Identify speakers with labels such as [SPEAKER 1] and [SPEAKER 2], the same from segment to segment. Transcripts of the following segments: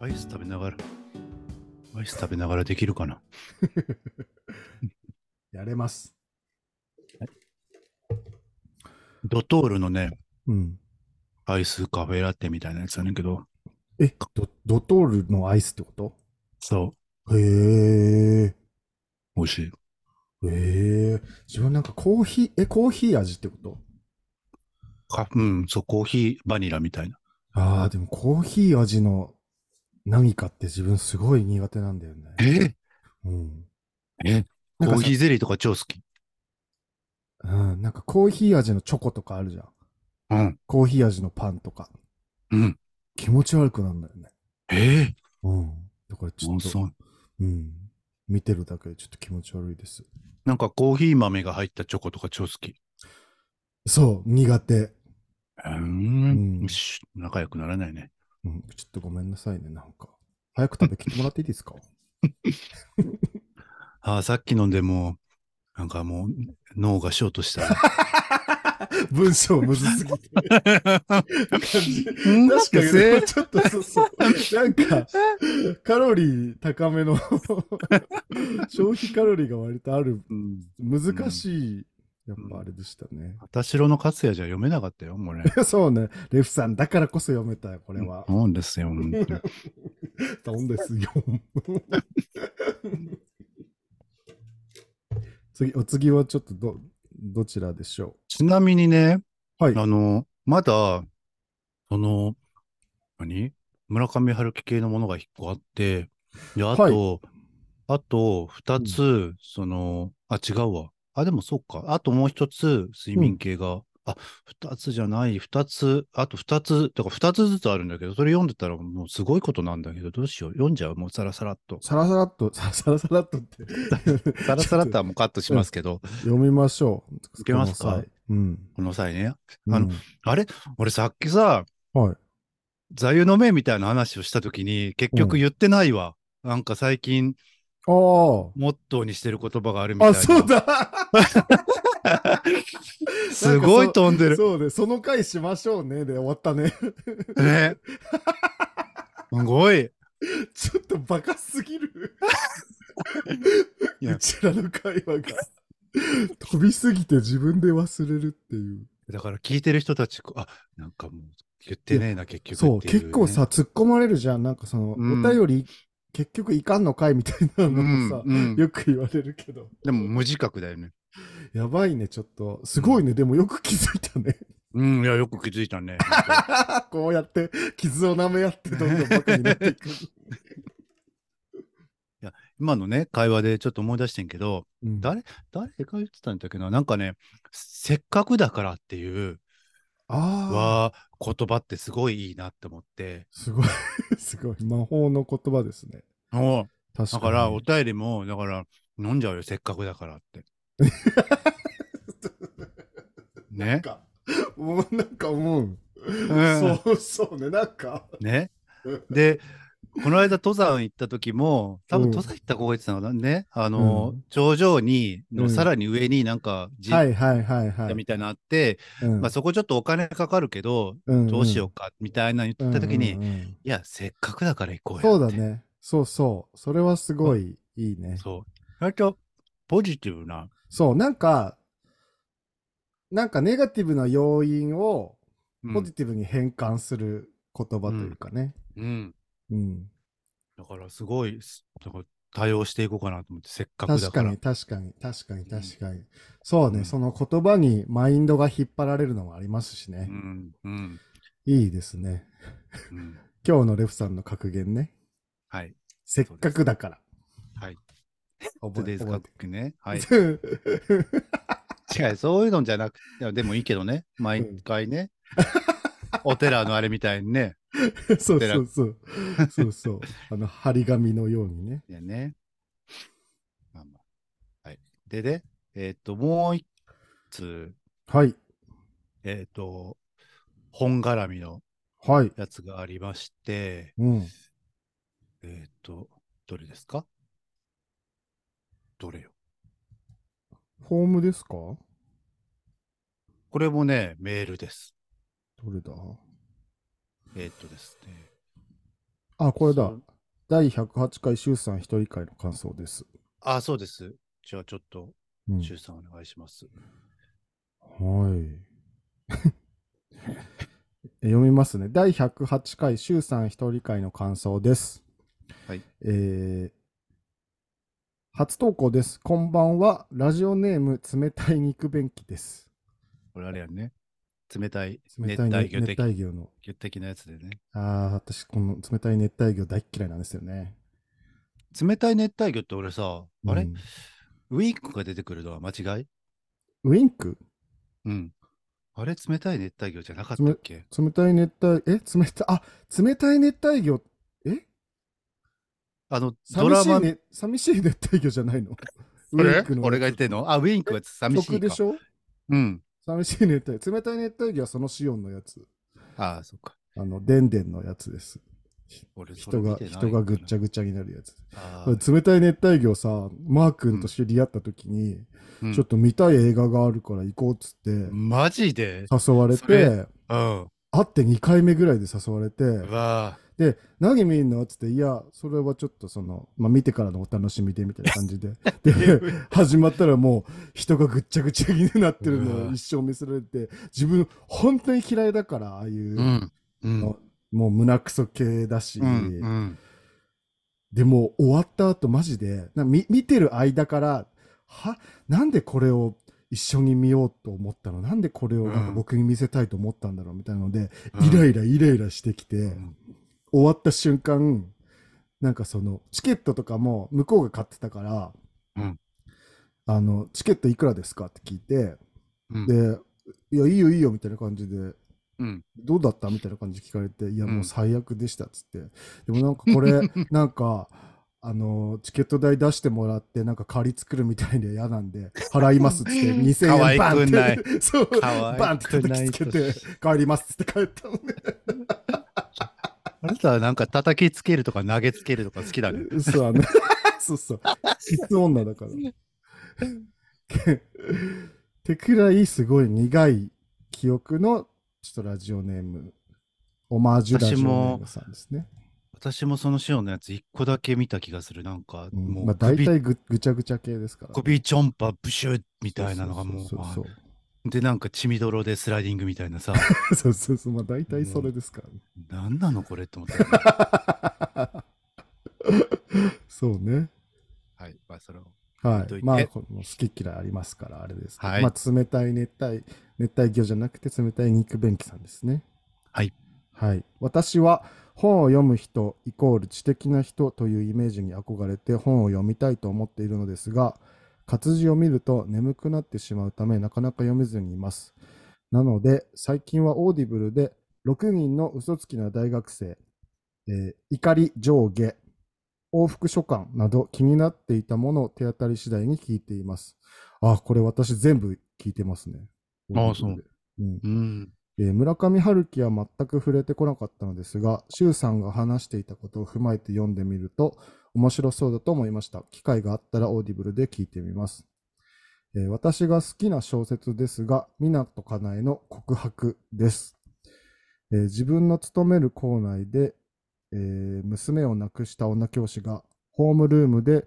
[SPEAKER 1] アイス食べながら、アイス食べながらできるかな。
[SPEAKER 2] やれます。
[SPEAKER 1] ドトールのね、
[SPEAKER 2] うん。
[SPEAKER 1] アイスカフェラテみたいなやつやねんけど、
[SPEAKER 2] え、ドドトールのアイスってこ
[SPEAKER 1] そ
[SPEAKER 2] とへえ。
[SPEAKER 1] う、美味しい。
[SPEAKER 2] へえ。自分なんかコーヒー、え、コーヒー味ってこと
[SPEAKER 1] かうん、そう、コーヒーバニラみたいな。
[SPEAKER 2] ああ、でもコーヒー味の何かって自分すごい苦手なんだよね。
[SPEAKER 1] え
[SPEAKER 2] うん。
[SPEAKER 1] え
[SPEAKER 2] なん
[SPEAKER 1] コ
[SPEAKER 2] か
[SPEAKER 1] ー
[SPEAKER 2] さ
[SPEAKER 1] ヒーゼリーとか超好き。
[SPEAKER 2] うん、なんかコーヒー味のチョコとかあるじゃん。
[SPEAKER 1] うん、
[SPEAKER 2] コーヒー味のパンとか。
[SPEAKER 1] うん。
[SPEAKER 2] 気持ち悪くなんだよね。
[SPEAKER 1] え
[SPEAKER 2] うん。だからちょ
[SPEAKER 1] あ
[SPEAKER 2] っ
[SPEAKER 1] そ
[SPEAKER 2] と、
[SPEAKER 1] う
[SPEAKER 2] うん。見てるだけでちょっと気持ち悪いです。
[SPEAKER 1] なんかコーヒー豆が入ったチョコとか超好き。
[SPEAKER 2] そう、苦手。
[SPEAKER 1] う
[SPEAKER 2] うんん。
[SPEAKER 1] し仲良くならないね。
[SPEAKER 2] うん、ちょっとごめんなさいね、なんか。早く食べきってもらっていいですか
[SPEAKER 1] ああ、さっき飲んでもう、なんかもう脳がショートした わ。
[SPEAKER 2] 文章むずすぎて。感じ
[SPEAKER 1] うん
[SPEAKER 2] 確かに
[SPEAKER 1] だ
[SPEAKER 2] ね、
[SPEAKER 1] って
[SPEAKER 2] ちょっとそうそう。なんか、カロリー高めの消費カロリーが割とある、
[SPEAKER 1] うん
[SPEAKER 2] 難しい、やっぱあれでしたね。
[SPEAKER 1] 私ろの勝也じゃ読めなかったよ、もうね。
[SPEAKER 2] そうね、レフさんだからこそ読めたよ、これは。
[SPEAKER 1] そうですよ、本当に
[SPEAKER 2] なんです よ。次、お次はちょっとど、どちらでしょ
[SPEAKER 1] ちなみにね、
[SPEAKER 2] うはい。
[SPEAKER 1] あの、まだ、その、何村上春樹系のものが1個あって、で、あと、あと2つ、その、あ、違うわ。あ、でもそうか。あともう1つ、睡眠系が、あ、2つじゃない、2つ、あと2つ、だから2つずつあるんだけど、それ読んでたらもうすごいことなんだけど、どうしよう。読んじゃう、もうサラサラっと。
[SPEAKER 2] さらさらっと、ささらさらっとって。
[SPEAKER 1] サラサラっとはもうカットしますけど、
[SPEAKER 2] 読みましょう。
[SPEAKER 1] いけますか
[SPEAKER 2] この際うん。
[SPEAKER 1] この際ね。
[SPEAKER 2] うん
[SPEAKER 1] あの、俺さっきさ、
[SPEAKER 2] はい。
[SPEAKER 1] 座右の銘みたいな話をしたときに、結局言ってないわ。なんか最近、
[SPEAKER 2] あ
[SPEAKER 1] モットーにしてる言葉があるみたい
[SPEAKER 2] あ。あ、
[SPEAKER 1] な。
[SPEAKER 2] そうだ
[SPEAKER 1] すごい飛んでる。
[SPEAKER 2] そうね、その回しましょうね。で、終わったね。
[SPEAKER 1] ね。すごい。
[SPEAKER 2] ちょっとバカすぎる。
[SPEAKER 1] いや
[SPEAKER 2] うちらの会話が。飛びすぎて自分で忘れるっていう。
[SPEAKER 1] だから聞いてる人たち、あ、なんかもう言ってねえな、結局
[SPEAKER 2] そう、
[SPEAKER 1] っていね
[SPEAKER 2] 結構さ、、突っ込まれるじゃん。なんかその、
[SPEAKER 1] うん
[SPEAKER 2] お便り、結局いかんのかいみたいな
[SPEAKER 1] う
[SPEAKER 2] の
[SPEAKER 1] ん
[SPEAKER 2] もさ、
[SPEAKER 1] うん
[SPEAKER 2] よく言われるけど。
[SPEAKER 1] でも無自覚だよね。
[SPEAKER 2] やばいね、ちょっと。すごいね、でもよく気づいたね。
[SPEAKER 1] うん、いや、よく気づいたね。
[SPEAKER 2] こうやって、傷を舐め合って、どんどんバカになってい く。
[SPEAKER 1] 今のね、会話でちょっと思い出してんけど、
[SPEAKER 2] うん
[SPEAKER 1] 誰誰が言ってたんだっけな、なんかね、せっかくだからっていう、
[SPEAKER 2] ああ、
[SPEAKER 1] わあ、言葉ってすごいいいなって思って。
[SPEAKER 2] すごい、 すごい。魔法の言葉ですね。
[SPEAKER 1] おう
[SPEAKER 2] 確
[SPEAKER 1] だ
[SPEAKER 2] かに。
[SPEAKER 1] から、お便りも、だから、飲んじゃうよ、せっかくだから って。
[SPEAKER 2] なん
[SPEAKER 1] ね。
[SPEAKER 2] か、もうなんか思う。
[SPEAKER 1] ん
[SPEAKER 2] そうそうね、なんか。
[SPEAKER 1] ね
[SPEAKER 2] うん。
[SPEAKER 1] で、この間、登山行った時も、多分
[SPEAKER 2] うん
[SPEAKER 1] 登山行った子が言ってたのかな、ね。あの、
[SPEAKER 2] うん
[SPEAKER 1] 頂上に、
[SPEAKER 2] う
[SPEAKER 1] の
[SPEAKER 2] ん
[SPEAKER 1] さらに上になんか、じ
[SPEAKER 2] はいはいはいはい。
[SPEAKER 1] みたいなのあって、
[SPEAKER 2] うん
[SPEAKER 1] まあ、そこちょっとお金かかるけど、どうしようか、みたいなの言った時に、
[SPEAKER 2] うんうんうん
[SPEAKER 1] いや、せっかくだから行こうよ。
[SPEAKER 2] そうだ。ね。そうそう。それはすごいいいね。
[SPEAKER 1] そう。割と、ポジティブな。
[SPEAKER 2] そう、なんか、なんかネガティブな要因を
[SPEAKER 1] うん
[SPEAKER 2] ポジティブに変換する言葉というかね。
[SPEAKER 1] うん。
[SPEAKER 2] うん。
[SPEAKER 1] だからすごい、すだから対応していこうかなと思って、せっかくだ
[SPEAKER 2] 確
[SPEAKER 1] か。
[SPEAKER 2] からに確かに確かに確かに。そう
[SPEAKER 1] う
[SPEAKER 2] ね、
[SPEAKER 1] ん
[SPEAKER 2] その言葉にマインドが引っ張られるのもありますしね
[SPEAKER 1] う。ん、うん、
[SPEAKER 2] いいですね。
[SPEAKER 1] うん。
[SPEAKER 2] 今日のレフさんの格言ね。
[SPEAKER 1] はい。
[SPEAKER 2] せっかくだから。
[SPEAKER 1] はい。トゥ
[SPEAKER 2] 覚
[SPEAKER 1] デ
[SPEAKER 2] え
[SPEAKER 1] イ
[SPEAKER 2] て
[SPEAKER 1] ズカッ
[SPEAKER 2] 覚えて。
[SPEAKER 1] クね。はい。
[SPEAKER 2] い、
[SPEAKER 1] 違う、そういうのじゃなくいやでもいいけどね。毎回 ね。お寺のあれみたいにね。
[SPEAKER 2] そうそうそう。そう そう。あの、張り紙のようにね。
[SPEAKER 1] いやね。まあまあはい。でね、えっ、と、もう一つ、
[SPEAKER 2] はい。
[SPEAKER 1] えっ、と、本絡みの
[SPEAKER 2] はい。
[SPEAKER 1] やつがありまして、
[SPEAKER 2] うん。
[SPEAKER 1] えっ、と、どれですかどれよ。
[SPEAKER 2] フォームですか
[SPEAKER 1] これもね、メールです。
[SPEAKER 2] どれだ
[SPEAKER 1] えーっとですね。
[SPEAKER 2] あ、これだ
[SPEAKER 1] そう。
[SPEAKER 2] 第108回、周さん一人会の感想です。
[SPEAKER 1] あ、そうです。じゃあちょっと、
[SPEAKER 2] うん
[SPEAKER 1] 周さんお願いします。
[SPEAKER 2] はい。 読みますね。第108回、周さん一人会の感想です。
[SPEAKER 1] はい。
[SPEAKER 2] えー初投稿です。こんばんは。ラジオネーム、冷たい肉便器です。
[SPEAKER 1] これあれやんね。冷たい、
[SPEAKER 2] 冷
[SPEAKER 1] 熱
[SPEAKER 2] たい
[SPEAKER 1] 帯
[SPEAKER 2] ね
[SPEAKER 1] 魚
[SPEAKER 2] 熱
[SPEAKER 1] 的
[SPEAKER 2] 帯魚の。
[SPEAKER 1] 魚的なやつでね。
[SPEAKER 2] ああ、私、この冷たい熱帯魚大っ嫌いなんですよね。
[SPEAKER 1] 冷たい熱帯魚って俺さ、あれ、
[SPEAKER 2] うん
[SPEAKER 1] ウィンクが出てくるのは間違い
[SPEAKER 2] ウィンク
[SPEAKER 1] うん。あれ、冷たい熱帯魚じゃなかったっけ
[SPEAKER 2] 冷たい熱帯、え冷たい、あ、冷たい熱帯魚、え
[SPEAKER 1] あの、ド
[SPEAKER 2] 寂
[SPEAKER 1] ラ
[SPEAKER 2] しい、
[SPEAKER 1] マ、
[SPEAKER 2] ね、寂しい熱帯魚じゃない
[SPEAKER 1] あ
[SPEAKER 2] の
[SPEAKER 1] れ
[SPEAKER 2] ウィンクの
[SPEAKER 1] 俺が言ってんのあ、ウィンクは寂し
[SPEAKER 2] 曲
[SPEAKER 1] い
[SPEAKER 2] で
[SPEAKER 1] か
[SPEAKER 2] し。ょ
[SPEAKER 1] うん。
[SPEAKER 2] 寂しい熱帯魚。冷たい熱帯魚はそのシオンのやつ。
[SPEAKER 1] ああ、そっか。
[SPEAKER 2] あの、デンデンのやつです。
[SPEAKER 1] 俺、それ
[SPEAKER 2] 人
[SPEAKER 1] 見
[SPEAKER 2] が、
[SPEAKER 1] てない
[SPEAKER 2] 人がぐっち
[SPEAKER 1] ゃ。
[SPEAKER 2] ゃぐちゃになるやつ。
[SPEAKER 1] ああ
[SPEAKER 2] 冷たい熱帯魚さ、マー君と知り合った時に、
[SPEAKER 1] うん
[SPEAKER 2] ちょっと見たい映画があるから行こうっつって、
[SPEAKER 1] マジで
[SPEAKER 2] 誘われ
[SPEAKER 1] そ
[SPEAKER 2] て
[SPEAKER 1] れ、うん。
[SPEAKER 2] 会って2回目ぐらいで誘われて、
[SPEAKER 1] うわ
[SPEAKER 2] で、何見んのっつって、いや、それはちょっとその、まあ、見てからのお楽しみでみたいな感 じで。で、 始まったらもう人がぐっちゃぐちゃになってるの
[SPEAKER 1] う
[SPEAKER 2] を
[SPEAKER 1] わ
[SPEAKER 2] 一生見せられて、自分、本当に嫌いだから、ああいうう、
[SPEAKER 1] ん。うん。
[SPEAKER 2] のもう胸クソ系だし、
[SPEAKER 1] うん。うん
[SPEAKER 2] でも終わった後マジでな見見てる間からはなんでこれを一緒に見ようと思ったのなんでこれをなんか
[SPEAKER 1] うん
[SPEAKER 2] 僕に見せたいと思ったんだろうみたいなので、
[SPEAKER 1] うん
[SPEAKER 2] イライライライラしてきて、
[SPEAKER 1] ん
[SPEAKER 2] 終わった瞬間なんかそのチケットとかも向こうが買ってたから、
[SPEAKER 1] うん
[SPEAKER 2] あのチケットいくらですかって聞いて、
[SPEAKER 1] うん。
[SPEAKER 2] で「いやいいよいいよ」みたいな感じで
[SPEAKER 1] うん。
[SPEAKER 2] どうだったみたいな感じで聞かれて、いや、
[SPEAKER 1] うん
[SPEAKER 2] もう最悪でしたっつって、でもなんかこ れ、なんか、あのチケット代出してもらって、なんか借り作るみたいで嫌なんで、払いますっ つって、
[SPEAKER 1] か
[SPEAKER 2] 2000
[SPEAKER 1] わ
[SPEAKER 2] 円
[SPEAKER 1] い
[SPEAKER 2] バン
[SPEAKER 1] くな
[SPEAKER 2] っ
[SPEAKER 1] い
[SPEAKER 2] て、 そう、
[SPEAKER 1] かわいく
[SPEAKER 2] バンって叩きつけ
[SPEAKER 1] ない
[SPEAKER 2] て、帰りますっつって帰ったの
[SPEAKER 1] あなたはなんか叩きつけるとか投げつけるとか好きだね。
[SPEAKER 2] ね。そう、あの、 そうそう、質女 だから。ってくらいすごい苦い記憶の、ちょっとラジオネーム、オマージュラジオネームさんですね。
[SPEAKER 1] 私もそのシオンのやつ一個だけ見た気がする。なんか、
[SPEAKER 2] うん
[SPEAKER 1] も
[SPEAKER 2] まあ、
[SPEAKER 1] う
[SPEAKER 2] 大
[SPEAKER 1] 首、
[SPEAKER 2] 体ぐぐちゃぐちゃ系ですからね、
[SPEAKER 1] 首チョンパブシュッみたいなのがもう
[SPEAKER 2] そうそう
[SPEAKER 1] あで、なんか血みどろでスライディングみたいなさ、
[SPEAKER 2] そうそうそうそうまあ大体それですからね、
[SPEAKER 1] なんなのこれって思ったよね、
[SPEAKER 2] そうね
[SPEAKER 1] はい、まあそれを。
[SPEAKER 2] は
[SPEAKER 1] 置いとい
[SPEAKER 2] い
[SPEAKER 1] て
[SPEAKER 2] まあこの好き嫌いありますからあれですけど、
[SPEAKER 1] はい
[SPEAKER 2] まあ冷たい熱帯熱帯魚じゃなくて冷たい肉便器さんですね
[SPEAKER 1] はい
[SPEAKER 2] はい私は本を読む人イコール知的な人というイメージに憧れて本を読みたいと思っているのですが活字を見ると眠くなってしまうためなかなか読めずにいますなので最近はオーディブルで6人の嘘つきな大学生、えー怒り上下往復書簡など気になっていたものを手当たり次第に聞いていますあこれ私全部聞いてますね
[SPEAKER 1] あそう
[SPEAKER 2] うん
[SPEAKER 1] うん。
[SPEAKER 2] えー村上春樹は全く触れてこなかったのですが、周さんが話していたことを踏まえて読んでみると面白そうだと思いました。機会があったらオーディブルで聞いてみます。えー私が好きな小説ですが、湊かなえの告白です、えー自分の勤める校内で、えー娘を亡くした女教師がホームルームで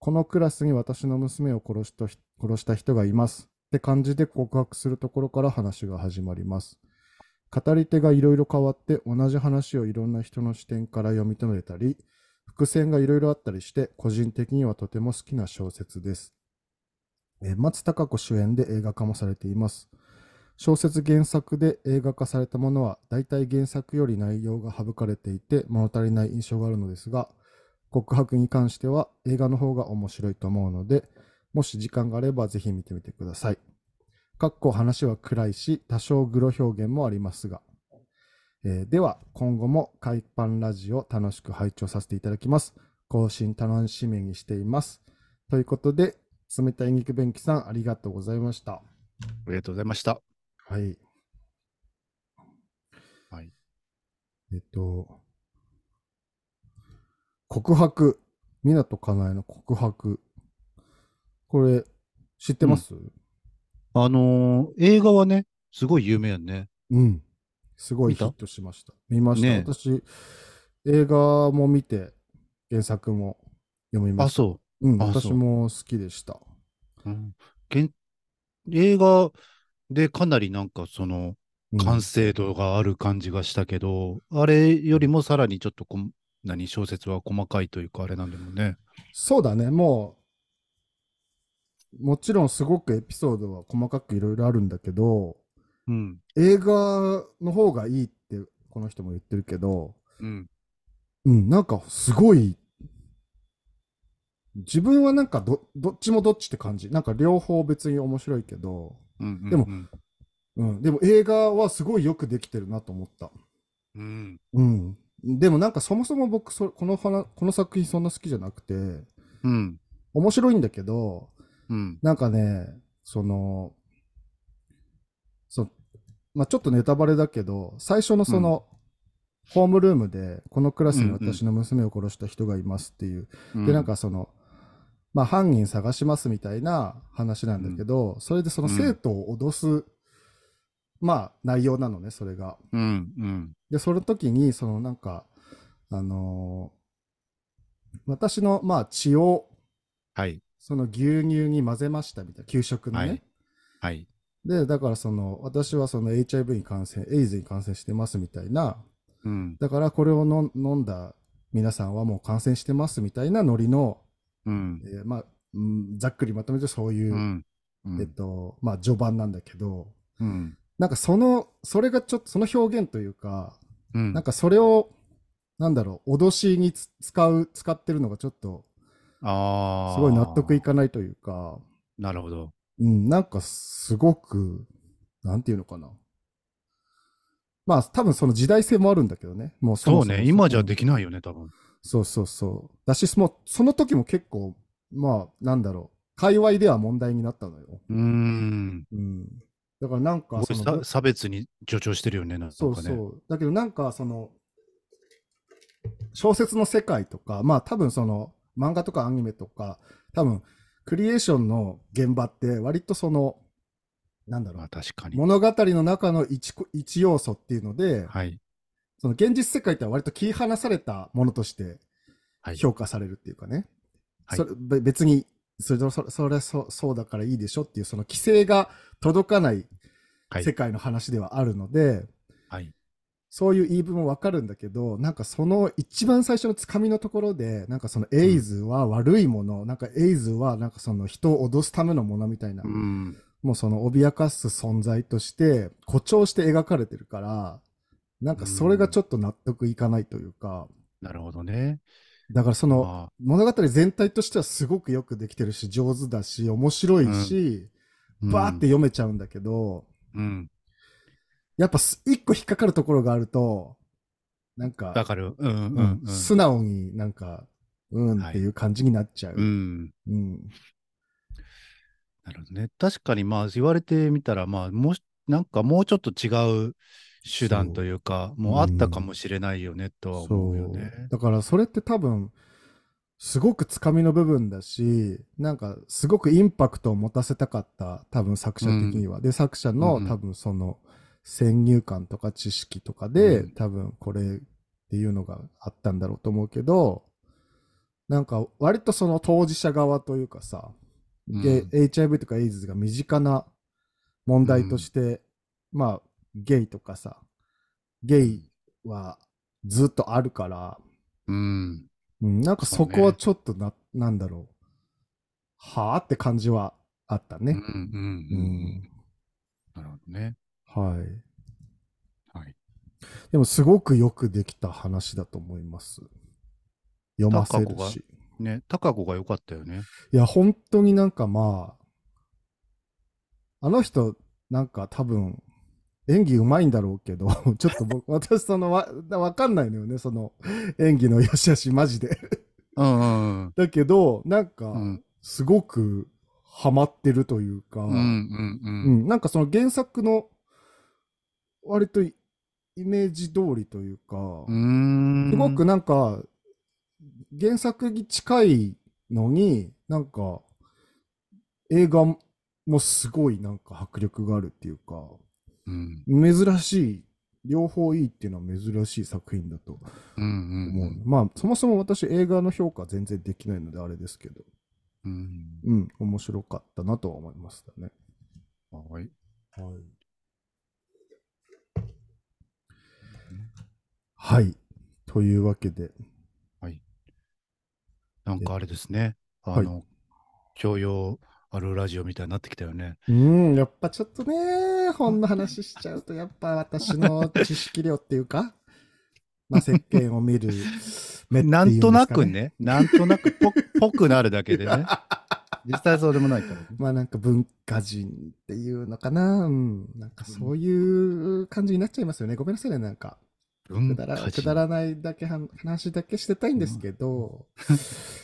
[SPEAKER 2] このクラスに私の娘を殺した人殺した人がいますって感じで告白するところから話が始まります。語り手がいろいろ変わって同じ話をいろんな人の視点から読み止めたり、伏線がいろいろあったりして、個人的にはとても好きな小説です。えー松たか子主演で映画化もされています。小説原作で映画化されたものは、大体原作より内容が省かれていて物足りない印象があるのですが、告白に関しては映画の方が面白いと思うので、もし時間があればぜひ見てみてください。かっこ話は暗いし、多少グロ表現もありますが。えーでは、今後も海パンラジオ楽しく拝聴させていただきます。更新楽しみにしています。ということで、冷たい肉便器さんありがとうございました。
[SPEAKER 1] ありがとうございました。
[SPEAKER 2] はい。
[SPEAKER 1] はい。
[SPEAKER 2] えっと、告白。港かなえの告白。これ、知ってます、
[SPEAKER 1] あのー映画はね、すごい有名やんね。
[SPEAKER 2] うん。すごい
[SPEAKER 1] 見
[SPEAKER 2] ヒ
[SPEAKER 1] た
[SPEAKER 2] ットしました。見ました。
[SPEAKER 1] ねえ
[SPEAKER 2] 私、映画も見て、原作も読みま
[SPEAKER 1] あ、
[SPEAKER 2] した。
[SPEAKER 1] そ
[SPEAKER 2] うん、
[SPEAKER 1] あ
[SPEAKER 2] 私
[SPEAKER 1] そう
[SPEAKER 2] も好きでした。
[SPEAKER 1] う。うん、現映画でかなりなんかその
[SPEAKER 2] うん
[SPEAKER 1] 完成度がある感じがしたけど、あれよりもさらにちょっとこん何小説は細かいというかあれなんでもね。
[SPEAKER 2] そうだね、もう、もちろんすごくエピソードは細かくいろいろあるんだけど、
[SPEAKER 1] うん。
[SPEAKER 2] 映画の方がいいってこの人も言ってるけど、
[SPEAKER 1] うん。
[SPEAKER 2] うん、なんかすごい、自分はなんかどどっちもどっちって感じ。なんか両方別に面白いけど、
[SPEAKER 1] うんうん、
[SPEAKER 2] でも
[SPEAKER 1] うん
[SPEAKER 2] うん、でも映画はすごいよくできてるなと思った。
[SPEAKER 1] うん。
[SPEAKER 2] うん。でもなんかそもそも僕そこの話、この作品そんな好きじゃなくて、
[SPEAKER 1] うん。
[SPEAKER 2] 面白いんだけど、
[SPEAKER 1] うん。
[SPEAKER 2] なんかね、その、そまあ、ちょっとネタバレだけど、最初のその、ホームルームで、このクラスに
[SPEAKER 1] うんうん
[SPEAKER 2] 私の娘を殺した人がいますっていう、
[SPEAKER 1] うん
[SPEAKER 2] で、なん、かその、まあ、犯人探しますみたいな話なんだけど、それでその生徒を脅す、まあ、内容なのね、それが。
[SPEAKER 1] うん。うん。
[SPEAKER 2] で、その時に、そのなんか、あのー私の、まあ、血を、
[SPEAKER 1] はい。
[SPEAKER 2] その牛乳に混ぜましたみたいな、給食のね。
[SPEAKER 1] はいはい。
[SPEAKER 2] で、だからその、私はその HIV に感染、エイズに感染してますみたいな、
[SPEAKER 1] うん。
[SPEAKER 2] だからこれをの飲んだ皆さんはもう感染してますみたいなノリの、
[SPEAKER 1] うん
[SPEAKER 2] え。ーまあ、うんざっくりまとめてそういうう、
[SPEAKER 1] ん。うん
[SPEAKER 2] えっと、まあ、序盤なんだけど、
[SPEAKER 1] うん。
[SPEAKER 2] なんかその、それがちょっと、その表現というか、
[SPEAKER 1] うん
[SPEAKER 2] なんかそれを、なんだろう、脅しにつ使う、使ってるのがちょっと、
[SPEAKER 1] ああ。
[SPEAKER 2] すごい納得いかないというか、
[SPEAKER 1] なるほど。
[SPEAKER 2] うん、なんかすごく、なんていうのかな。まあ、多分その時代性もあるんだけどね。もうそ
[SPEAKER 1] そ
[SPEAKER 2] も
[SPEAKER 1] う
[SPEAKER 2] そも
[SPEAKER 1] ね。今じゃで
[SPEAKER 2] うん
[SPEAKER 1] きないよね、多分。
[SPEAKER 2] そうそうそう。だし、もうその時も結構、まあ、なんだろう。界隈では問題になったのよ。
[SPEAKER 1] うーん。
[SPEAKER 2] うん。だからなんかそ
[SPEAKER 1] すごい
[SPEAKER 2] の、
[SPEAKER 1] さ差別に助長してるよね、なんかね。
[SPEAKER 2] そうそう。だけどなんかその、小説の世界とか、まあ多分その、漫画とかアニメとか、多分、クリエーションの現場って割とその、なんだろう
[SPEAKER 1] まあ、確かに。
[SPEAKER 2] 物語の中の一こ一要素っていうので、
[SPEAKER 1] はい。
[SPEAKER 2] その現実世界って割と切り離されたものとして
[SPEAKER 1] はい。
[SPEAKER 2] 評価されるっていうかね、
[SPEAKER 1] はい
[SPEAKER 2] それべ別にそれそれそれそうそうだからいいでしょっていうその規制が届かない
[SPEAKER 1] はい
[SPEAKER 2] 世界の話ではあるので、
[SPEAKER 1] はい。
[SPEAKER 2] そういう言い分もわかるんだけどなんかその一番最初のつかみのところでなんかそのエイズは悪いもの、なんかエイズはなんかその人を脅すためのものみたいな、
[SPEAKER 1] うん。
[SPEAKER 2] もうその脅かす存在として誇張して描かれてるから、なんかそれがちょっと納得いかないというか、
[SPEAKER 1] なるほどね。
[SPEAKER 2] だからその
[SPEAKER 1] あ
[SPEAKER 2] 物語全体としてはすごくよくできてるし、上手だし、面白いし、
[SPEAKER 1] ー
[SPEAKER 2] バーって、読めちゃうんだけど、
[SPEAKER 1] うんうん。
[SPEAKER 2] やっぱす一個引っかかるところがあると、なんか、
[SPEAKER 1] だから、うんうん
[SPEAKER 2] う
[SPEAKER 1] うんん。
[SPEAKER 2] 素直になんか、うんっていう感じになっちゃう。
[SPEAKER 1] うん。
[SPEAKER 2] うん
[SPEAKER 1] なるほどね。確かにまあ言われてみたら、まあもし、なんかもうちょっと違う手段というか、もうあったかもしれないよねとは思うよね。
[SPEAKER 2] だからそれって多分すごくつかみの部分だしなんかすごくインパクトを持たせたかった多分作者的には、で作者の、
[SPEAKER 1] うんうん
[SPEAKER 2] 多分その先入観とか知識とかで、
[SPEAKER 1] うん
[SPEAKER 2] 多分これっていうのがあったんだろうと思うけどなんか割とその当事者側というかさ、ゲイ HIV とか AIDS が身近な問題として、まあゲイとかさゲイはずっとあるから、
[SPEAKER 1] うん。
[SPEAKER 2] うん、なんかそ
[SPEAKER 1] そうね
[SPEAKER 2] こはちょっとな、なんだろう。はあって感じはあった
[SPEAKER 1] うん。う
[SPEAKER 2] ね。
[SPEAKER 1] ん。
[SPEAKER 2] う。
[SPEAKER 1] うんん。なるほどね。
[SPEAKER 2] はい。
[SPEAKER 1] はい。
[SPEAKER 2] でもすごくよくできた話だと思います。読ませる
[SPEAKER 1] 高子が
[SPEAKER 2] し。
[SPEAKER 1] ね、高子が良かったよね。
[SPEAKER 2] いや、本当になんかまあ、あの人、なんか多分、演技うまいんだろうけど、 ちょっと 僕、私そのわ、わかんないのよね、その、演技の良し悪し、マジで。
[SPEAKER 1] うんうん
[SPEAKER 2] だけど、なんか
[SPEAKER 1] う、ん。
[SPEAKER 2] すごく、ハマってるというか、
[SPEAKER 1] うんうんうん
[SPEAKER 2] う
[SPEAKER 1] うん。
[SPEAKER 2] ん、なんかその原作の割とイイメージ通りというか、
[SPEAKER 1] うーん。
[SPEAKER 2] すごくなんか原作に近いのになんか映画もすごいなんか迫力があるっていうか
[SPEAKER 1] うん。
[SPEAKER 2] 珍しい両方いいっていうのは珍しい作品だと
[SPEAKER 1] うんうん
[SPEAKER 2] 思う。まあ、そもそも私映画の評価全然できないのであれですけど、
[SPEAKER 1] うん。
[SPEAKER 2] うん、面白かったなとは思いましたね。
[SPEAKER 1] うん。はい。
[SPEAKER 2] はい。はい。というわけで、
[SPEAKER 1] なんかあれですね。あの、教養あるラジオみたいになってきたよね。
[SPEAKER 2] うん、やっぱちょっとね、本の話しちゃうと、やっぱ私の知識量っていう か、まあ、石鹸を見る目っていうんですかね
[SPEAKER 1] なんとなく。ね、なんとなくぽ ぽくなるだけでね。実際そうでもないからね。
[SPEAKER 2] まあなんか文化人っていうのかな、うん、なんかそういう感じになっちゃいますよね。ごめんなさいね、なんか。
[SPEAKER 1] 文
[SPEAKER 2] くだら
[SPEAKER 1] 化
[SPEAKER 2] くだ
[SPEAKER 1] 人。
[SPEAKER 2] らないだけはん話だけしてたいんですけど、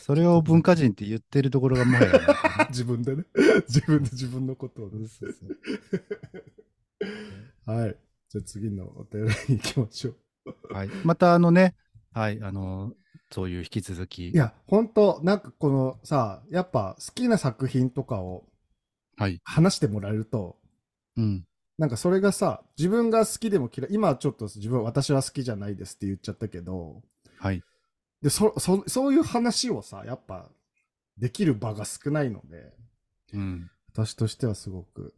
[SPEAKER 1] それを文化人って言ってるところがもはやなんかね
[SPEAKER 2] 自分でね、自分で自分のことをね。
[SPEAKER 1] そうそう
[SPEAKER 2] はい。じゃあ次のお便りに行きましょう。
[SPEAKER 1] そうはい。またあのね、はい、あの、そういう引き続き
[SPEAKER 2] い、や、本当なんかこのさ、やっぱ好きな作品とかを
[SPEAKER 1] はい。
[SPEAKER 2] 話してもらえると、
[SPEAKER 1] うん。
[SPEAKER 2] なんかそれがさ、自分が好きでも嫌い、今はちょっと自分、私は好きじゃないですって言っちゃったけど、
[SPEAKER 1] はい。
[SPEAKER 2] で、そ、そ、そういう話をさ、やっぱ、できる場が少ないので、
[SPEAKER 1] うん。
[SPEAKER 2] 私としてはすごく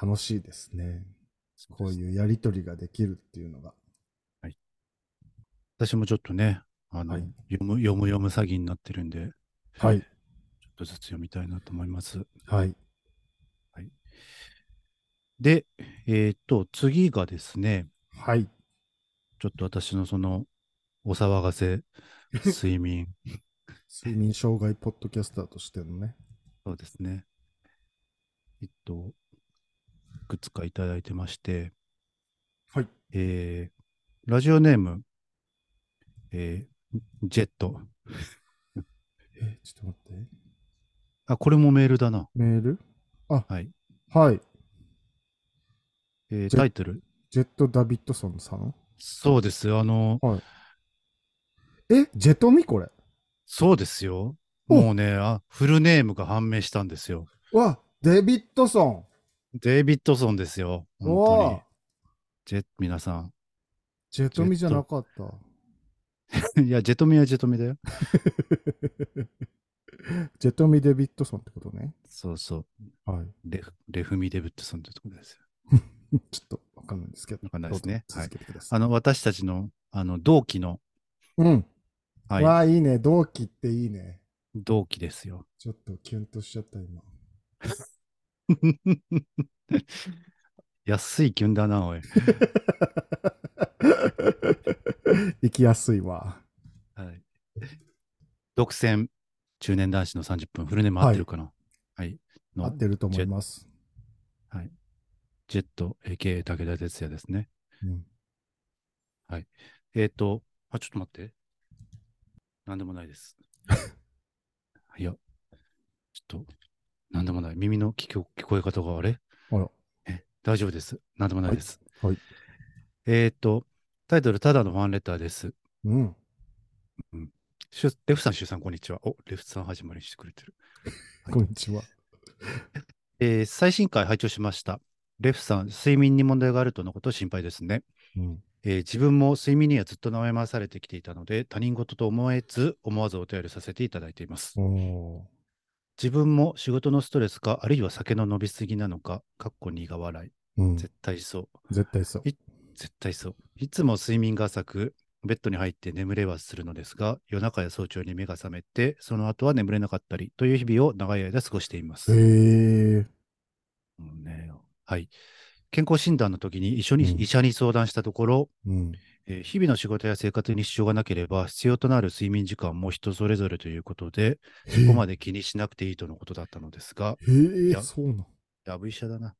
[SPEAKER 2] 楽しいですね。こういうやりとりができるっていうのが。
[SPEAKER 1] 私もちょっとね、あの、
[SPEAKER 2] はい
[SPEAKER 1] 読む、読む読む詐欺になってるんで、
[SPEAKER 2] はい。
[SPEAKER 1] ちょっとずつ読みたいなと思います。
[SPEAKER 2] はい。
[SPEAKER 1] で、えーっと、次がですね、
[SPEAKER 2] はい。
[SPEAKER 1] ちょっと私のその、お騒が せ、睡眠、
[SPEAKER 2] 睡眠障害ポッドキャスターとしてのね。
[SPEAKER 1] そうですね。えっと、いくつかいただいてまして、
[SPEAKER 2] はい。
[SPEAKER 1] えー、ラジオネーム、えー、ジェット。
[SPEAKER 2] え、ちょっと待って。
[SPEAKER 1] あ、これもメールだな。
[SPEAKER 2] メールあ、
[SPEAKER 1] はい。
[SPEAKER 2] はい。
[SPEAKER 1] えー
[SPEAKER 2] ジェ
[SPEAKER 1] タイトル。
[SPEAKER 2] ジェット・ダビッドソンさん
[SPEAKER 1] そうです。あの、
[SPEAKER 2] え、ジェトミこれ。
[SPEAKER 1] そうですよ。
[SPEAKER 2] お
[SPEAKER 1] もうねあ、フルネームが判明したんですよ。
[SPEAKER 2] わ、デビッドソ
[SPEAKER 1] デイビッドソンですよ。
[SPEAKER 2] ン。
[SPEAKER 1] 本当
[SPEAKER 2] わ
[SPEAKER 1] に。ジェ皆さん。
[SPEAKER 2] ジェトミじゃなかった。
[SPEAKER 1] いや、ジェトミはジェトミだよ。
[SPEAKER 2] ジェトミ・デビッドソンってことね。
[SPEAKER 1] そうそう。
[SPEAKER 2] はい。
[SPEAKER 1] レフレフミ・デビッドソンってところですよ。
[SPEAKER 2] ちょっとわかんないですけど。
[SPEAKER 1] わかんないですね
[SPEAKER 2] どうぞ続けてくださ
[SPEAKER 1] あ
[SPEAKER 2] い。
[SPEAKER 1] の、私たちの、あの、同期の、
[SPEAKER 2] うん。
[SPEAKER 1] はい、
[SPEAKER 2] わあ、いいね。同期っていいね。
[SPEAKER 1] 同期ですよ。
[SPEAKER 2] ちょっとキュンとしちゃった、 今。
[SPEAKER 1] 安いキュンだな、おい。
[SPEAKER 2] 行きやすいわ。
[SPEAKER 1] はい。独占、中年男子の30分、フルネーム合ってるかなはい、
[SPEAKER 2] 合
[SPEAKER 1] の
[SPEAKER 2] っ、てると思います。
[SPEAKER 1] ジェット、AK、武田鉄矢ですね。
[SPEAKER 2] うん
[SPEAKER 1] えっ、と、あ、ちょっと待って。なんでもない です。いや、ちょっと、なんでもない。耳の聞こ聞こえ方があれ
[SPEAKER 2] あら。
[SPEAKER 1] 大丈夫です。なんでもないです。
[SPEAKER 2] はいはい
[SPEAKER 1] えっ、と、タイトル、ただのファンレターです。
[SPEAKER 2] うん。
[SPEAKER 1] シュレフさん、シュさん、こんにちは。お、レフさん始まりにしてくれてる。はい
[SPEAKER 2] こんにちは。
[SPEAKER 1] えー最新回拝聴しました。レフさん、睡眠に問題があるとのこと心配ですね。
[SPEAKER 2] うん。
[SPEAKER 1] えー自分も睡眠にはずっと悩まされてきていたので、他人事と思えず、思わずお便りさせていただいています。
[SPEAKER 2] おー
[SPEAKER 1] 自分も仕事のストレスか、あるいは酒の飲みすぎなのか、かっこ苦笑い。
[SPEAKER 2] うん、
[SPEAKER 1] 絶対そう。
[SPEAKER 2] 絶対そう。
[SPEAKER 1] 絶対そう。いつも睡眠が浅く、ベッドに入って眠れはするのですが、夜中や早朝に目が覚めて、その後は眠れなかったりという日々を長い間過ごしています。
[SPEAKER 2] へえ。
[SPEAKER 1] もうねはい。健康診断の時に一緒に
[SPEAKER 2] うん
[SPEAKER 1] 医者に相談したところ、
[SPEAKER 2] うん。
[SPEAKER 1] えー日々の仕事や生活に支障がなければ、必要となる睡眠時間も人それぞれということで、そこまで気にしなくていいとのことだったのですが、
[SPEAKER 2] へえ
[SPEAKER 1] い、や
[SPEAKER 2] そうなん。
[SPEAKER 1] やぶ医者だな。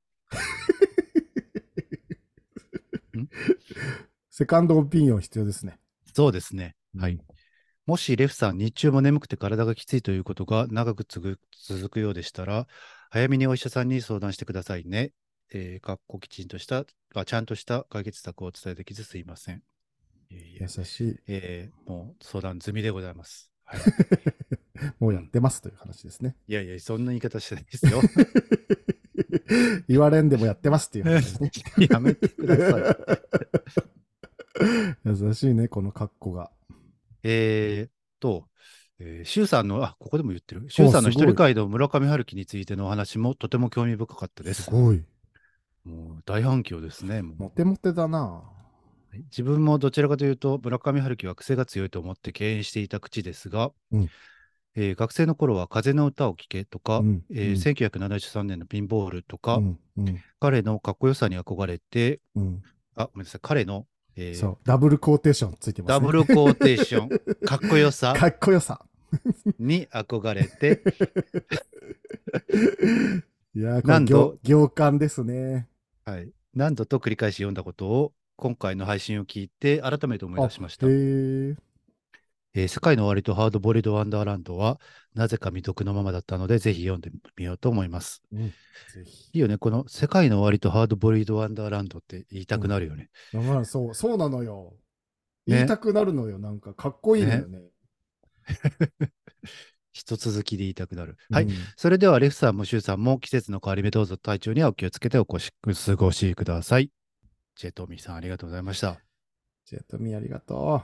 [SPEAKER 2] セカンドオピニオン必要ですね。
[SPEAKER 1] そうですね。はい。
[SPEAKER 2] うん
[SPEAKER 1] もしレフさん、日中も眠くて体がきついということが長くつぐ続くようでしたら、早めにお医者さんに相談してくださいね。えー、かっこきちんとしたあ、ちゃんとした解決策をお伝えできずすいません。いえいえ
[SPEAKER 2] 優しい。
[SPEAKER 1] えーもう相談済みでございます。はい、
[SPEAKER 2] もうやってますという話ですね。
[SPEAKER 1] いやいや、そんな言い方してないですよ。
[SPEAKER 2] 言われんでもやってますっていう話で すね。
[SPEAKER 1] やめてください。
[SPEAKER 2] 優しいね、このカッコが。
[SPEAKER 1] えーっと、えー、シュウさんの、あ、ここでも言ってる。シュウさんの
[SPEAKER 2] す
[SPEAKER 1] 一
[SPEAKER 2] ご
[SPEAKER 1] 人
[SPEAKER 2] い
[SPEAKER 1] 会の村上春樹についてのお話もとても興味深かったです。
[SPEAKER 2] すごい。
[SPEAKER 1] もう大反響ですね。もう
[SPEAKER 2] モテモテだな
[SPEAKER 1] 自分もどちらかというと、村上春樹は癖が強いと思って敬遠していた口ですが、
[SPEAKER 2] うん
[SPEAKER 1] えー学生の頃は風の歌を聴けとか、
[SPEAKER 2] うん
[SPEAKER 1] えー
[SPEAKER 2] うん
[SPEAKER 1] 1973年のピンボールとか、
[SPEAKER 2] うん、うん、
[SPEAKER 1] 彼のかっこよさに憧れて、
[SPEAKER 2] うん。
[SPEAKER 1] あ、ごめんなさい、彼の、えー
[SPEAKER 2] そう、ダブルコーテーションついてます、
[SPEAKER 1] ダ
[SPEAKER 2] ね。
[SPEAKER 1] ブルコーテーショ ン、かっこよさ
[SPEAKER 2] かっこよさ。
[SPEAKER 1] に憧れて、
[SPEAKER 2] いやー、こ
[SPEAKER 1] 何
[SPEAKER 2] れ
[SPEAKER 1] 度
[SPEAKER 2] 行、行間ですね。
[SPEAKER 1] はい、何度と繰り返し読んだことを、今回の配信を聞いて改めて思い出しました
[SPEAKER 2] へ。え。
[SPEAKER 1] えー世界の終わりとハードボイルド・ワンダーランドは、なぜか未読のままだったので、ぜひ読んでみようと思います。
[SPEAKER 2] うん、ぜひ。
[SPEAKER 1] いいよね、この世界の終わりとハードボイルド・ワンダーランドって言いたくなるよね。
[SPEAKER 2] だからそう、そうなのよ。
[SPEAKER 1] ね
[SPEAKER 2] 言いたくなるのよ。なんか、かっこいいのよね。
[SPEAKER 1] 一続きで言いたくなる。はい。
[SPEAKER 2] うん
[SPEAKER 1] それでは、レフさんもシュウさんも季節の変わり目どうぞ体調にはお気をつけてお越しお過ごしください。ジェトミーさん、ありがとうございました。
[SPEAKER 2] ジェットミありがと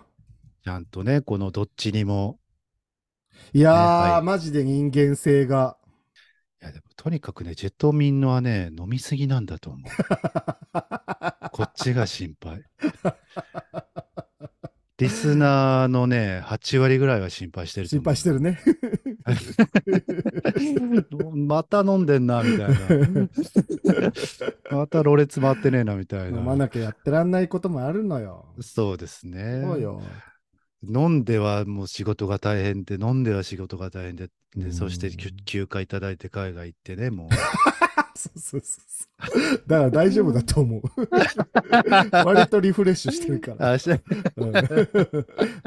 [SPEAKER 1] ちゃんとね、このどっちにも、
[SPEAKER 2] う。いやー、
[SPEAKER 1] ねはい
[SPEAKER 2] マジで人間性が。
[SPEAKER 1] いやでもとにかくね、ジェトミンのはね、飲みすぎなんだと思う。こっちが心配。 リスナーのね、8割ぐらいは心配してると
[SPEAKER 2] 心
[SPEAKER 1] 思う
[SPEAKER 2] 配してるね。
[SPEAKER 1] また飲んでんな、みたいな。またろれつ回ってねえな、みたい
[SPEAKER 2] 飲ま
[SPEAKER 1] な。
[SPEAKER 2] なきゃやってらんないこともあるのよ。
[SPEAKER 1] そうですね。
[SPEAKER 2] そうよ。
[SPEAKER 1] 飲んではもう仕事が大変で、飲んでは仕事が大変で、でそしてきゅ
[SPEAKER 2] うん
[SPEAKER 1] 休暇いただいて海外行ってね、もう。
[SPEAKER 2] そうそうそうそう。だから大丈夫だ と思う。割とリフレッシュ してるから。
[SPEAKER 1] あし
[SPEAKER 2] う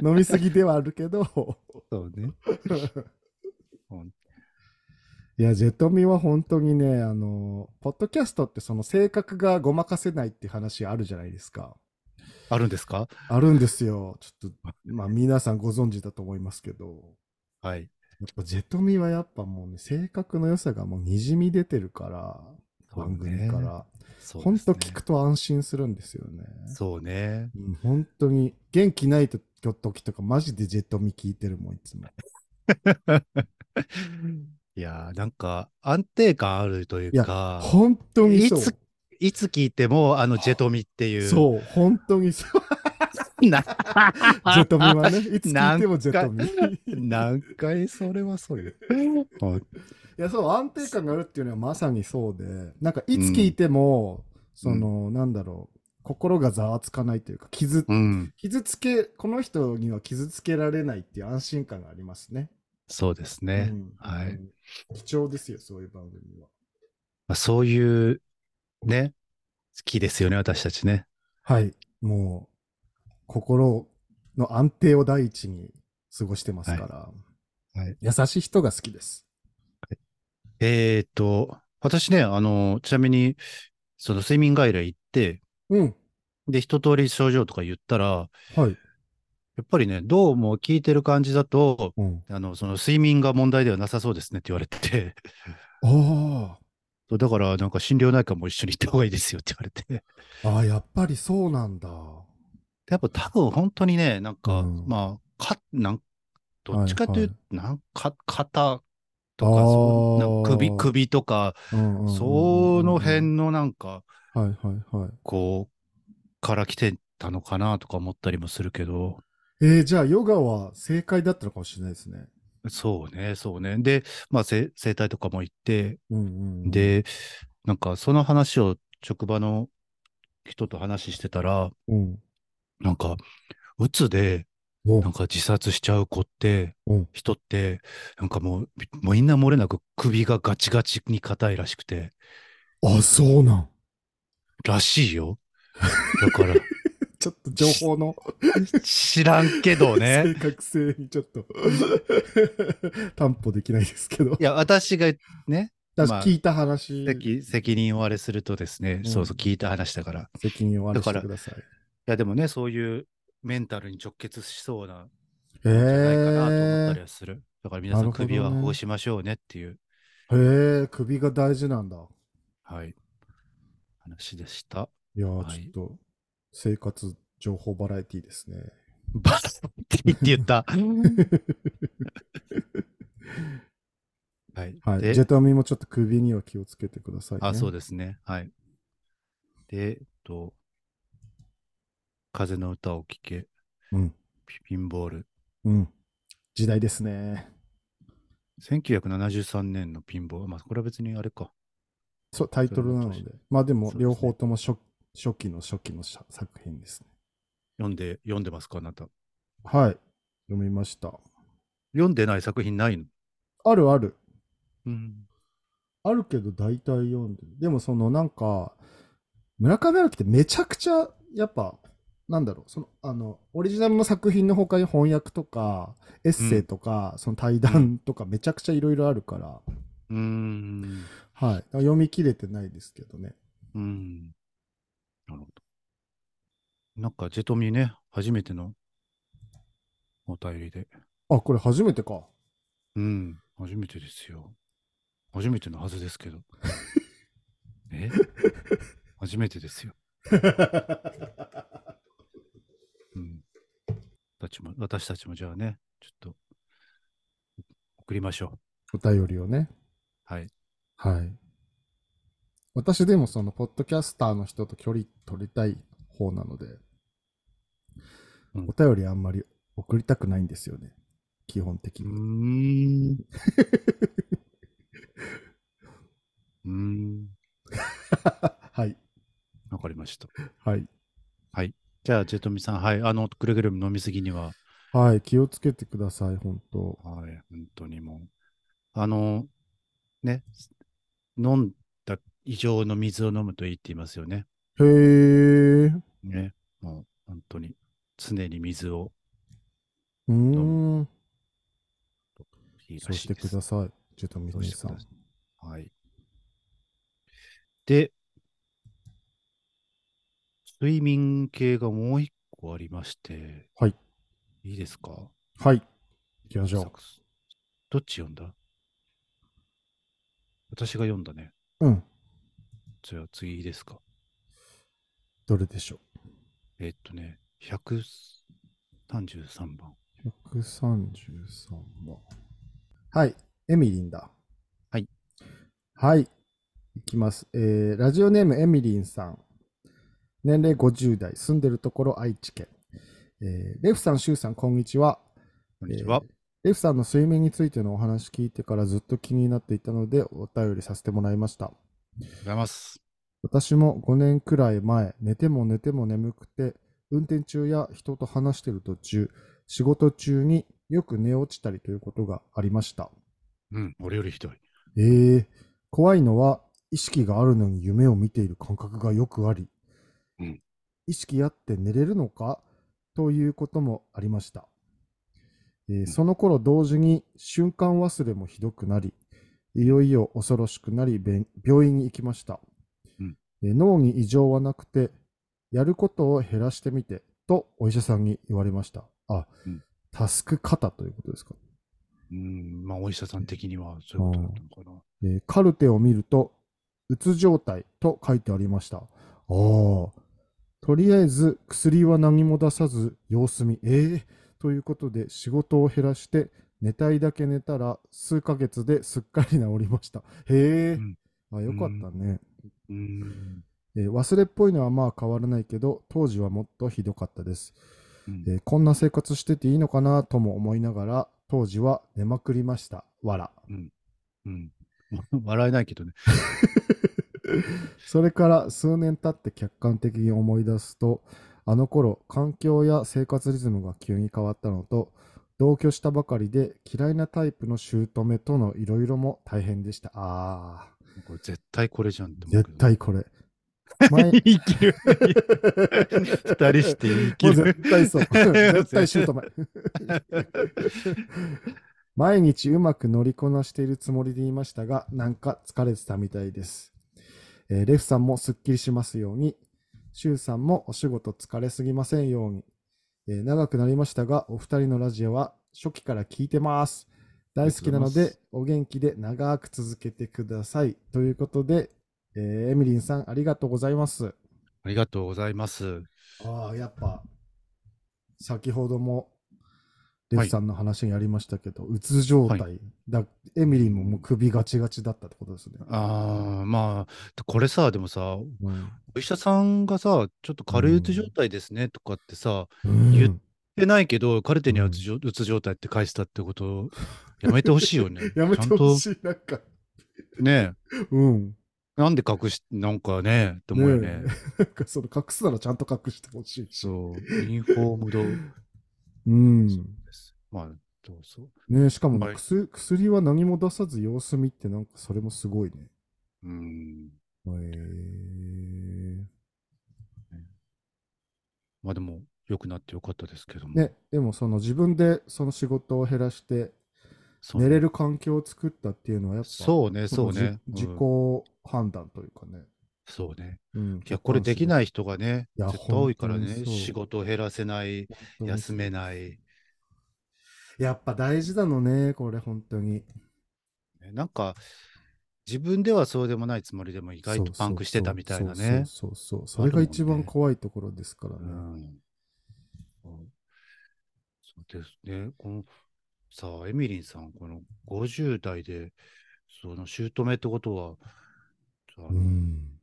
[SPEAKER 2] ん飲みすぎではあるけど。
[SPEAKER 1] そうね。
[SPEAKER 2] いや、ジェトミは本当にね、あの、ポッドキャストってその性格がごまかせないって話あるじゃないですか。
[SPEAKER 1] あるんですか
[SPEAKER 2] あるんですよ。ち ょっと、まあ皆さんご存知だと思いますけど。
[SPEAKER 1] はい。
[SPEAKER 2] やっぱジェトミはやっぱもうね、性格の良さがもう滲み出てるから、
[SPEAKER 1] そうね
[SPEAKER 2] 番組から。
[SPEAKER 1] そう
[SPEAKER 2] 本
[SPEAKER 1] です
[SPEAKER 2] 当
[SPEAKER 1] ね
[SPEAKER 2] 聞くと安心するんですよね。
[SPEAKER 1] そうね。
[SPEAKER 2] うん、本当に、元気ない時とかマジでジェトミ聞いてるもん、いつも。
[SPEAKER 1] いやーなんか安定感あるというか、
[SPEAKER 2] 本当に
[SPEAKER 1] い
[SPEAKER 2] そう。
[SPEAKER 1] つ、いつ聞いても、あの、ジェトミっていう。
[SPEAKER 2] そう、本当に そう。
[SPEAKER 1] う。な、
[SPEAKER 2] ジェトミ はね、いつ聞いてもジェトミ。い
[SPEAKER 1] 何回それはそうよ。はい
[SPEAKER 2] や、そう、安定感があるっていうのはまさにそうで、なんかいつ聞いても、その、なんだろう、心がざわつかないというか、傷、
[SPEAKER 1] うん、
[SPEAKER 2] 傷つけ、この人には傷つけられないっていう安心感がありますね。
[SPEAKER 1] そうですね。
[SPEAKER 2] うん
[SPEAKER 1] はい
[SPEAKER 2] うん貴重ですよ、そういう番組は。
[SPEAKER 1] まあ、そういう、ね、好きですよね、私たちね。
[SPEAKER 2] はい、もう、心の安定を第一に過ごしてますから、
[SPEAKER 1] はいはい
[SPEAKER 2] 優しい人が好きです。
[SPEAKER 1] えっと、私ね、あの、ちなみに、その睡眠外来行って、
[SPEAKER 2] うん、
[SPEAKER 1] で、一通り症状とか言ったら、
[SPEAKER 2] はい。
[SPEAKER 1] やっぱりね、どうも聞いてる感じだと、
[SPEAKER 2] うん、
[SPEAKER 1] あの、その睡眠が問題ではなさそうですねって言われて、
[SPEAKER 2] ああ。
[SPEAKER 1] そうだから、なんか心療内科も一緒に行った方がいいですよって言われて。
[SPEAKER 2] ああ、やっぱりそうなんだ。
[SPEAKER 1] でやっぱ多分本当にね、なんか、
[SPEAKER 2] うん
[SPEAKER 1] まあ、か、なん、どっちかというと、なんか、肩とか、
[SPEAKER 2] あー
[SPEAKER 1] そうなんか首、首とか、
[SPEAKER 2] うんうんうんうん
[SPEAKER 1] その。辺のなんか、
[SPEAKER 2] はいはいはい。
[SPEAKER 1] こう、から来てたのかなとか思ったりもするけど、
[SPEAKER 2] えー、じゃあヨガは正解だったのかもしれないですね。
[SPEAKER 1] そうね、そうね。で、まあ、せ整体とかも行って、
[SPEAKER 2] うんうん、、
[SPEAKER 1] で、なんか、その話を職場の人と話してたら、
[SPEAKER 2] うん。
[SPEAKER 1] なんか、うつで、
[SPEAKER 2] お
[SPEAKER 1] なんか自殺しちゃう子って、
[SPEAKER 2] うん
[SPEAKER 1] 人って、なんかもう、もうみんな漏れなく首がガチガチに硬いらしくて、
[SPEAKER 2] あ、そうなん。
[SPEAKER 1] らしい よ。だから、
[SPEAKER 2] ちょっと情報の
[SPEAKER 1] 知らんけど
[SPEAKER 2] 正
[SPEAKER 1] ね。
[SPEAKER 2] 確性にちょっと 担保できないですけど
[SPEAKER 1] い。や、私がね、
[SPEAKER 2] 私
[SPEAKER 1] まあ
[SPEAKER 2] 聞いた話、
[SPEAKER 1] 責責任をあれするとですね、
[SPEAKER 2] うん
[SPEAKER 1] そうそう、聞いた話だから。い
[SPEAKER 2] 責任をあれして
[SPEAKER 1] だから
[SPEAKER 2] ください。
[SPEAKER 1] や、でもね、そういうメンタルに直結しそうな、
[SPEAKER 2] へ
[SPEAKER 1] じゃないかなと思ったり
[SPEAKER 2] え
[SPEAKER 1] はする。だから皆さ、
[SPEAKER 2] なんるほどね
[SPEAKER 1] 首は保護しましょうねっていう。
[SPEAKER 2] ー。へえ、首が大事なんだ。
[SPEAKER 1] はい。話でした。
[SPEAKER 2] いやー、
[SPEAKER 1] はい
[SPEAKER 2] ちょっと、生活情報バラエティで すね。
[SPEAKER 1] バラエティって言った。はい。
[SPEAKER 2] はい。
[SPEAKER 1] で
[SPEAKER 2] ジェタミもちょっと首には気をつけてください、ね。
[SPEAKER 1] あ、そう
[SPEAKER 2] で
[SPEAKER 1] ですね。はい。で、えっと、風の歌を聴け、
[SPEAKER 2] す。うん。
[SPEAKER 1] ピピンボール。
[SPEAKER 2] うん。時代ですね。
[SPEAKER 1] 1973年のピンボール。まあ、これは別にあれか。
[SPEAKER 2] そう、タイトルなので
[SPEAKER 1] それも確。
[SPEAKER 2] まあで
[SPEAKER 1] そ、うで
[SPEAKER 2] も
[SPEAKER 1] すね
[SPEAKER 2] 両方とも初初期の初期の作作品ですね。
[SPEAKER 1] 読んで、読んでますか、あなた。
[SPEAKER 2] はい。読みました。
[SPEAKER 1] 読んでない作品ないの
[SPEAKER 2] あるある。
[SPEAKER 1] うん。
[SPEAKER 2] あるけど大体読んでる。でもそのなんか、村上春樹ってめちゃくちゃ、やっぱ、なんだろう、その、あの、オリジナルの作品の他に翻訳とか、エッセイとか、その対談とかめちゃくちゃいろいろあるから、
[SPEAKER 1] うーん。
[SPEAKER 2] はい。だから読み切れてないですけどね。
[SPEAKER 1] うん。なるほど。なんか、ジェトミね、初めてのお便りで。
[SPEAKER 2] あ、これ初め てか。
[SPEAKER 1] うん、初めてですよ。初めてのはずですけ ど。え初めてですよ。うん、たちも私たちもじゃあね、ちょっと送りましょ
[SPEAKER 2] お便りをね。
[SPEAKER 1] う。はい。
[SPEAKER 2] はい。私でもその、ポッドキャスターの人と距離取りたい方なので、
[SPEAKER 1] うん
[SPEAKER 2] お便りあんまり送りたくないんですよね。基本的に。
[SPEAKER 1] ん。 うーん。
[SPEAKER 2] はい。
[SPEAKER 1] わかりました。
[SPEAKER 2] はい。
[SPEAKER 1] じゃあ、ジェトミさん、はい。あの、くれぐれも飲みすぎには、
[SPEAKER 2] はい。気をつけてください、本当
[SPEAKER 1] はい、本当にもう。あの、ね、飲んだ以上の水を飲むといいって言いますよね。
[SPEAKER 2] へー。う
[SPEAKER 1] ね、もう本当に常に水を
[SPEAKER 2] ーん。
[SPEAKER 1] いい
[SPEAKER 2] そ
[SPEAKER 1] ら
[SPEAKER 2] う
[SPEAKER 1] し
[SPEAKER 2] し
[SPEAKER 1] い
[SPEAKER 2] て
[SPEAKER 1] です。
[SPEAKER 2] ください、ジェトミ
[SPEAKER 1] そう
[SPEAKER 2] ネ
[SPEAKER 1] して
[SPEAKER 2] さ
[SPEAKER 1] く
[SPEAKER 2] ん
[SPEAKER 1] だ。さい。はい。で、睡眠系がもう一個ありまして、
[SPEAKER 2] はい。
[SPEAKER 1] いいですか
[SPEAKER 2] はい。行きましょ
[SPEAKER 1] サクスどっち読んだ私が読んだね。
[SPEAKER 2] う。うん。
[SPEAKER 1] じゃあ次いいですか
[SPEAKER 2] どれでしょ
[SPEAKER 1] えっとね、133番。
[SPEAKER 2] う。133番。はい。エミリンだ。
[SPEAKER 1] はい。
[SPEAKER 2] はい。いきます。えー、ラジオネームエミリンさん。年齢50代。住んでるところ愛知県。えー、レフさん、シュウさん、こんにちは。
[SPEAKER 1] こんにちは。
[SPEAKER 2] えー F さんの睡眠についてのお話聞いてからずっと気になっていたのでお便りさせてもらいました。
[SPEAKER 1] ありがとうございます。
[SPEAKER 2] 私も5年くらい前、寝ても寝ても眠くて、運転中や人と話している途中、仕事中によく寝落ちたりということがありました。
[SPEAKER 1] うん、俺よりひどい。
[SPEAKER 2] えー、怖いのは意識があるのに夢を見ている感覚がよくあり、
[SPEAKER 1] うん
[SPEAKER 2] 意識あって寝れるのかということもありました、えー
[SPEAKER 1] ん
[SPEAKER 2] その頃同時に瞬間忘れもひどくなりいよいよ恐ろしくなりべん病院に行きました、
[SPEAKER 1] うん
[SPEAKER 2] えー脳に異常はなくてやることを減らしてみてとお医者さんに言われましたあ、
[SPEAKER 1] うん
[SPEAKER 2] タスク型ということですか
[SPEAKER 1] うん、まあ、お医者さん的にはそういうことだったのかな。
[SPEAKER 2] えーカルテを見ると、うつ状態と書いてありました。ああ。とりあえず薬は何も出さず様子見。えーということで仕事を減らして寝たいだけ寝たら数ヶ月ですっかり治りました。へえ、あ、よかったね、
[SPEAKER 1] うん。
[SPEAKER 2] えー忘れっぽいのはまあ変わらないけど、当時はもっとひどかったです。
[SPEAKER 1] うん
[SPEAKER 2] えーこんな生活してていいのかなとも思いながら、当時は寝まくりました。わら。
[SPEAKER 1] うん。 笑えないけどね。
[SPEAKER 2] それから数年経って客観的に思い出すとあの頃環境や生活リズムが急に変わったのと同居したばかりで嫌いなタイプの姑とのいろいろも大変でしたあー
[SPEAKER 1] これ絶対これじゃんって思うけ
[SPEAKER 2] 絶
[SPEAKER 1] ど。
[SPEAKER 2] 対これ前
[SPEAKER 1] 言い切る。二人して言い切
[SPEAKER 2] もう
[SPEAKER 1] る。
[SPEAKER 2] 絶 対そう絶対姑 毎日うまく乗りこなしているつもりでいましたが、なんか疲れてたみたいです。えーレフさんもすっきりしますように、シュウさんもお仕事疲れすぎませんように、えー長くなりましたが、お二人のラジオは初期から聞いてます。大好きなの
[SPEAKER 1] ありが
[SPEAKER 2] で
[SPEAKER 1] と、
[SPEAKER 2] お元気で長く続けてください。ということで、ええーエミリンさん、ありがとうございます。
[SPEAKER 1] ありがとうございます。
[SPEAKER 2] ああ、やっぱ、先ほども、レフさんの話にありましたけど、うつ状態、
[SPEAKER 1] は
[SPEAKER 2] だエミリンももう首ガチガチだったってことですね。
[SPEAKER 1] ああ、まあ、これさ、でもさ、
[SPEAKER 2] うん
[SPEAKER 1] お医者さんがさ、ちょっと軽いうつ状態ですねとかってさ、
[SPEAKER 2] う
[SPEAKER 1] 言っ
[SPEAKER 2] ん。
[SPEAKER 1] 言ってないけど、カルテにはうつ,、うつ状態って返したってこと、やめてほしいよね
[SPEAKER 2] やめ
[SPEAKER 1] ち
[SPEAKER 2] て
[SPEAKER 1] ゃん
[SPEAKER 2] ほ
[SPEAKER 1] と
[SPEAKER 2] しい、なんか。
[SPEAKER 1] ね、
[SPEAKER 2] うん。
[SPEAKER 1] なんで隠し、なんかね、って思うよね。
[SPEAKER 2] ねなんかその隠すならちゃんと隠してほしいし。
[SPEAKER 1] そう、インフォームド
[SPEAKER 2] うん。
[SPEAKER 1] です。まあ、どうぞ。
[SPEAKER 2] ねしかも
[SPEAKER 1] はい
[SPEAKER 2] 薬、薬は何も出さず様子見って、なんかそれもすごいね。
[SPEAKER 1] うん。
[SPEAKER 2] へー
[SPEAKER 1] まあでも、良くなってよかったですけども。
[SPEAKER 2] ね、でもその自分でその仕事を減らして
[SPEAKER 1] そう
[SPEAKER 2] 寝れる環境を作ったっていうのはやっぱ
[SPEAKER 1] そうね、そう
[SPEAKER 2] の
[SPEAKER 1] ね。
[SPEAKER 2] じ自
[SPEAKER 1] うん
[SPEAKER 2] 己判断というかね。
[SPEAKER 1] そうね。
[SPEAKER 2] うん、。
[SPEAKER 1] いや、これできないい人がね、
[SPEAKER 2] いや
[SPEAKER 1] 絶対多いから
[SPEAKER 2] 本当
[SPEAKER 1] ね、
[SPEAKER 2] にそう
[SPEAKER 1] 仕事を減らせない、休めない。
[SPEAKER 2] やっぱ大事なのね、これ本当に。
[SPEAKER 1] ねなんか、自分ではそうでもないつもりでも意外とパンクしてたみたいなね。
[SPEAKER 2] そうそうそうそうそう。それが一番怖いところですからね。
[SPEAKER 1] うんそうですね。このさあ、エミリンさん、この50代で、その姑ってことは、あの
[SPEAKER 2] うん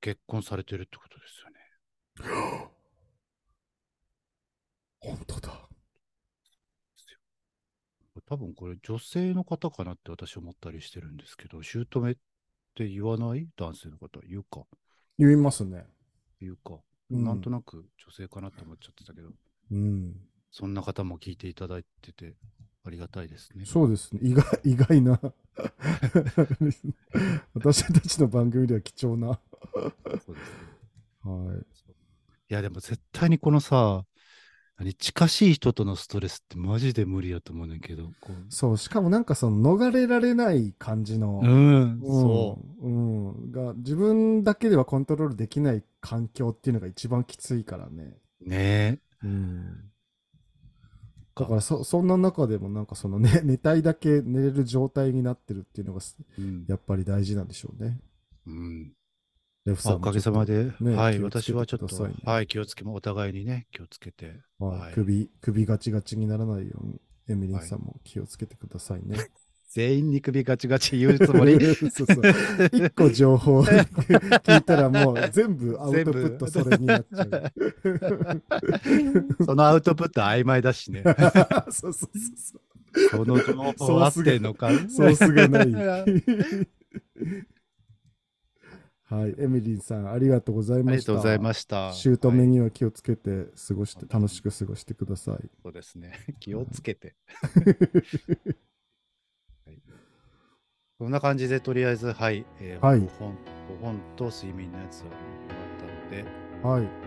[SPEAKER 1] 結婚されてるってことですよね。
[SPEAKER 2] 本当だ。
[SPEAKER 1] 多分これ女性の方かなって私思ったりしてるんですけど、姑って言わない男性の方、言うか、
[SPEAKER 2] 言いますね。
[SPEAKER 1] 言うか。
[SPEAKER 2] うん
[SPEAKER 1] なんとなく女性かなって思っちゃってたけど、
[SPEAKER 2] うん。
[SPEAKER 1] そんな方も聞いていただいてて、ありがたいですね。
[SPEAKER 2] そうですね。意外 意外な。私たちの番組では貴重な。
[SPEAKER 1] そうですね
[SPEAKER 2] はい。
[SPEAKER 1] いや、でも絶対にこのさ、何近しい人とのストレスってマジで無理やと思うねんけど。こう
[SPEAKER 2] そう、しかもなんかその逃れられない感じの、
[SPEAKER 1] うん、
[SPEAKER 2] うん、
[SPEAKER 1] そう
[SPEAKER 2] ん、が自分だけではコントロールできない環境っていうのが一番きついからね。
[SPEAKER 1] う。ね
[SPEAKER 2] うん。だからそそんな中でもなんかそのね寝たいだけ寝れる状態になってるっていうのがす
[SPEAKER 1] え。うん。
[SPEAKER 2] やっぱり大事なんでしょうね。
[SPEAKER 1] うん
[SPEAKER 2] レフ
[SPEAKER 1] まあ
[SPEAKER 2] さん
[SPEAKER 1] お
[SPEAKER 2] も
[SPEAKER 1] か
[SPEAKER 2] ちょ
[SPEAKER 1] げ
[SPEAKER 2] っと
[SPEAKER 1] さまで、
[SPEAKER 2] ね
[SPEAKER 1] はい、
[SPEAKER 2] 気をつけ
[SPEAKER 1] 私
[SPEAKER 2] て
[SPEAKER 1] はちょっ
[SPEAKER 2] くださ
[SPEAKER 1] と、
[SPEAKER 2] いね
[SPEAKER 1] はい、気をつけも、お互いにね、気をつけて。
[SPEAKER 2] はい
[SPEAKER 1] はい
[SPEAKER 2] 首首ガチガチにならないようにエミリンさんも気をつけてくださいね。
[SPEAKER 1] 全員に首ガチガチ 言うつもり。
[SPEAKER 2] そうそう一個情報 聞いたらもう全部アウトプットそれになっちゃう。
[SPEAKER 1] そのアウトプット曖昧だし ね。
[SPEAKER 2] そうそうそうそう。
[SPEAKER 1] その情報合ってんのか。
[SPEAKER 2] ソースがな
[SPEAKER 1] あ
[SPEAKER 2] い。はい、エミリンさんありがとうございまし
[SPEAKER 1] り
[SPEAKER 2] た。
[SPEAKER 1] がとうございました。
[SPEAKER 2] シュート目
[SPEAKER 1] はい
[SPEAKER 2] には気をつけて過ごして、
[SPEAKER 1] はい
[SPEAKER 2] 楽しく過ごしてください。
[SPEAKER 1] そうですね。 気をつけて。そんな感じで、とりあえず、はい、えー
[SPEAKER 2] はい
[SPEAKER 1] 5本、5本と睡眠のやつをやったので、
[SPEAKER 2] はい、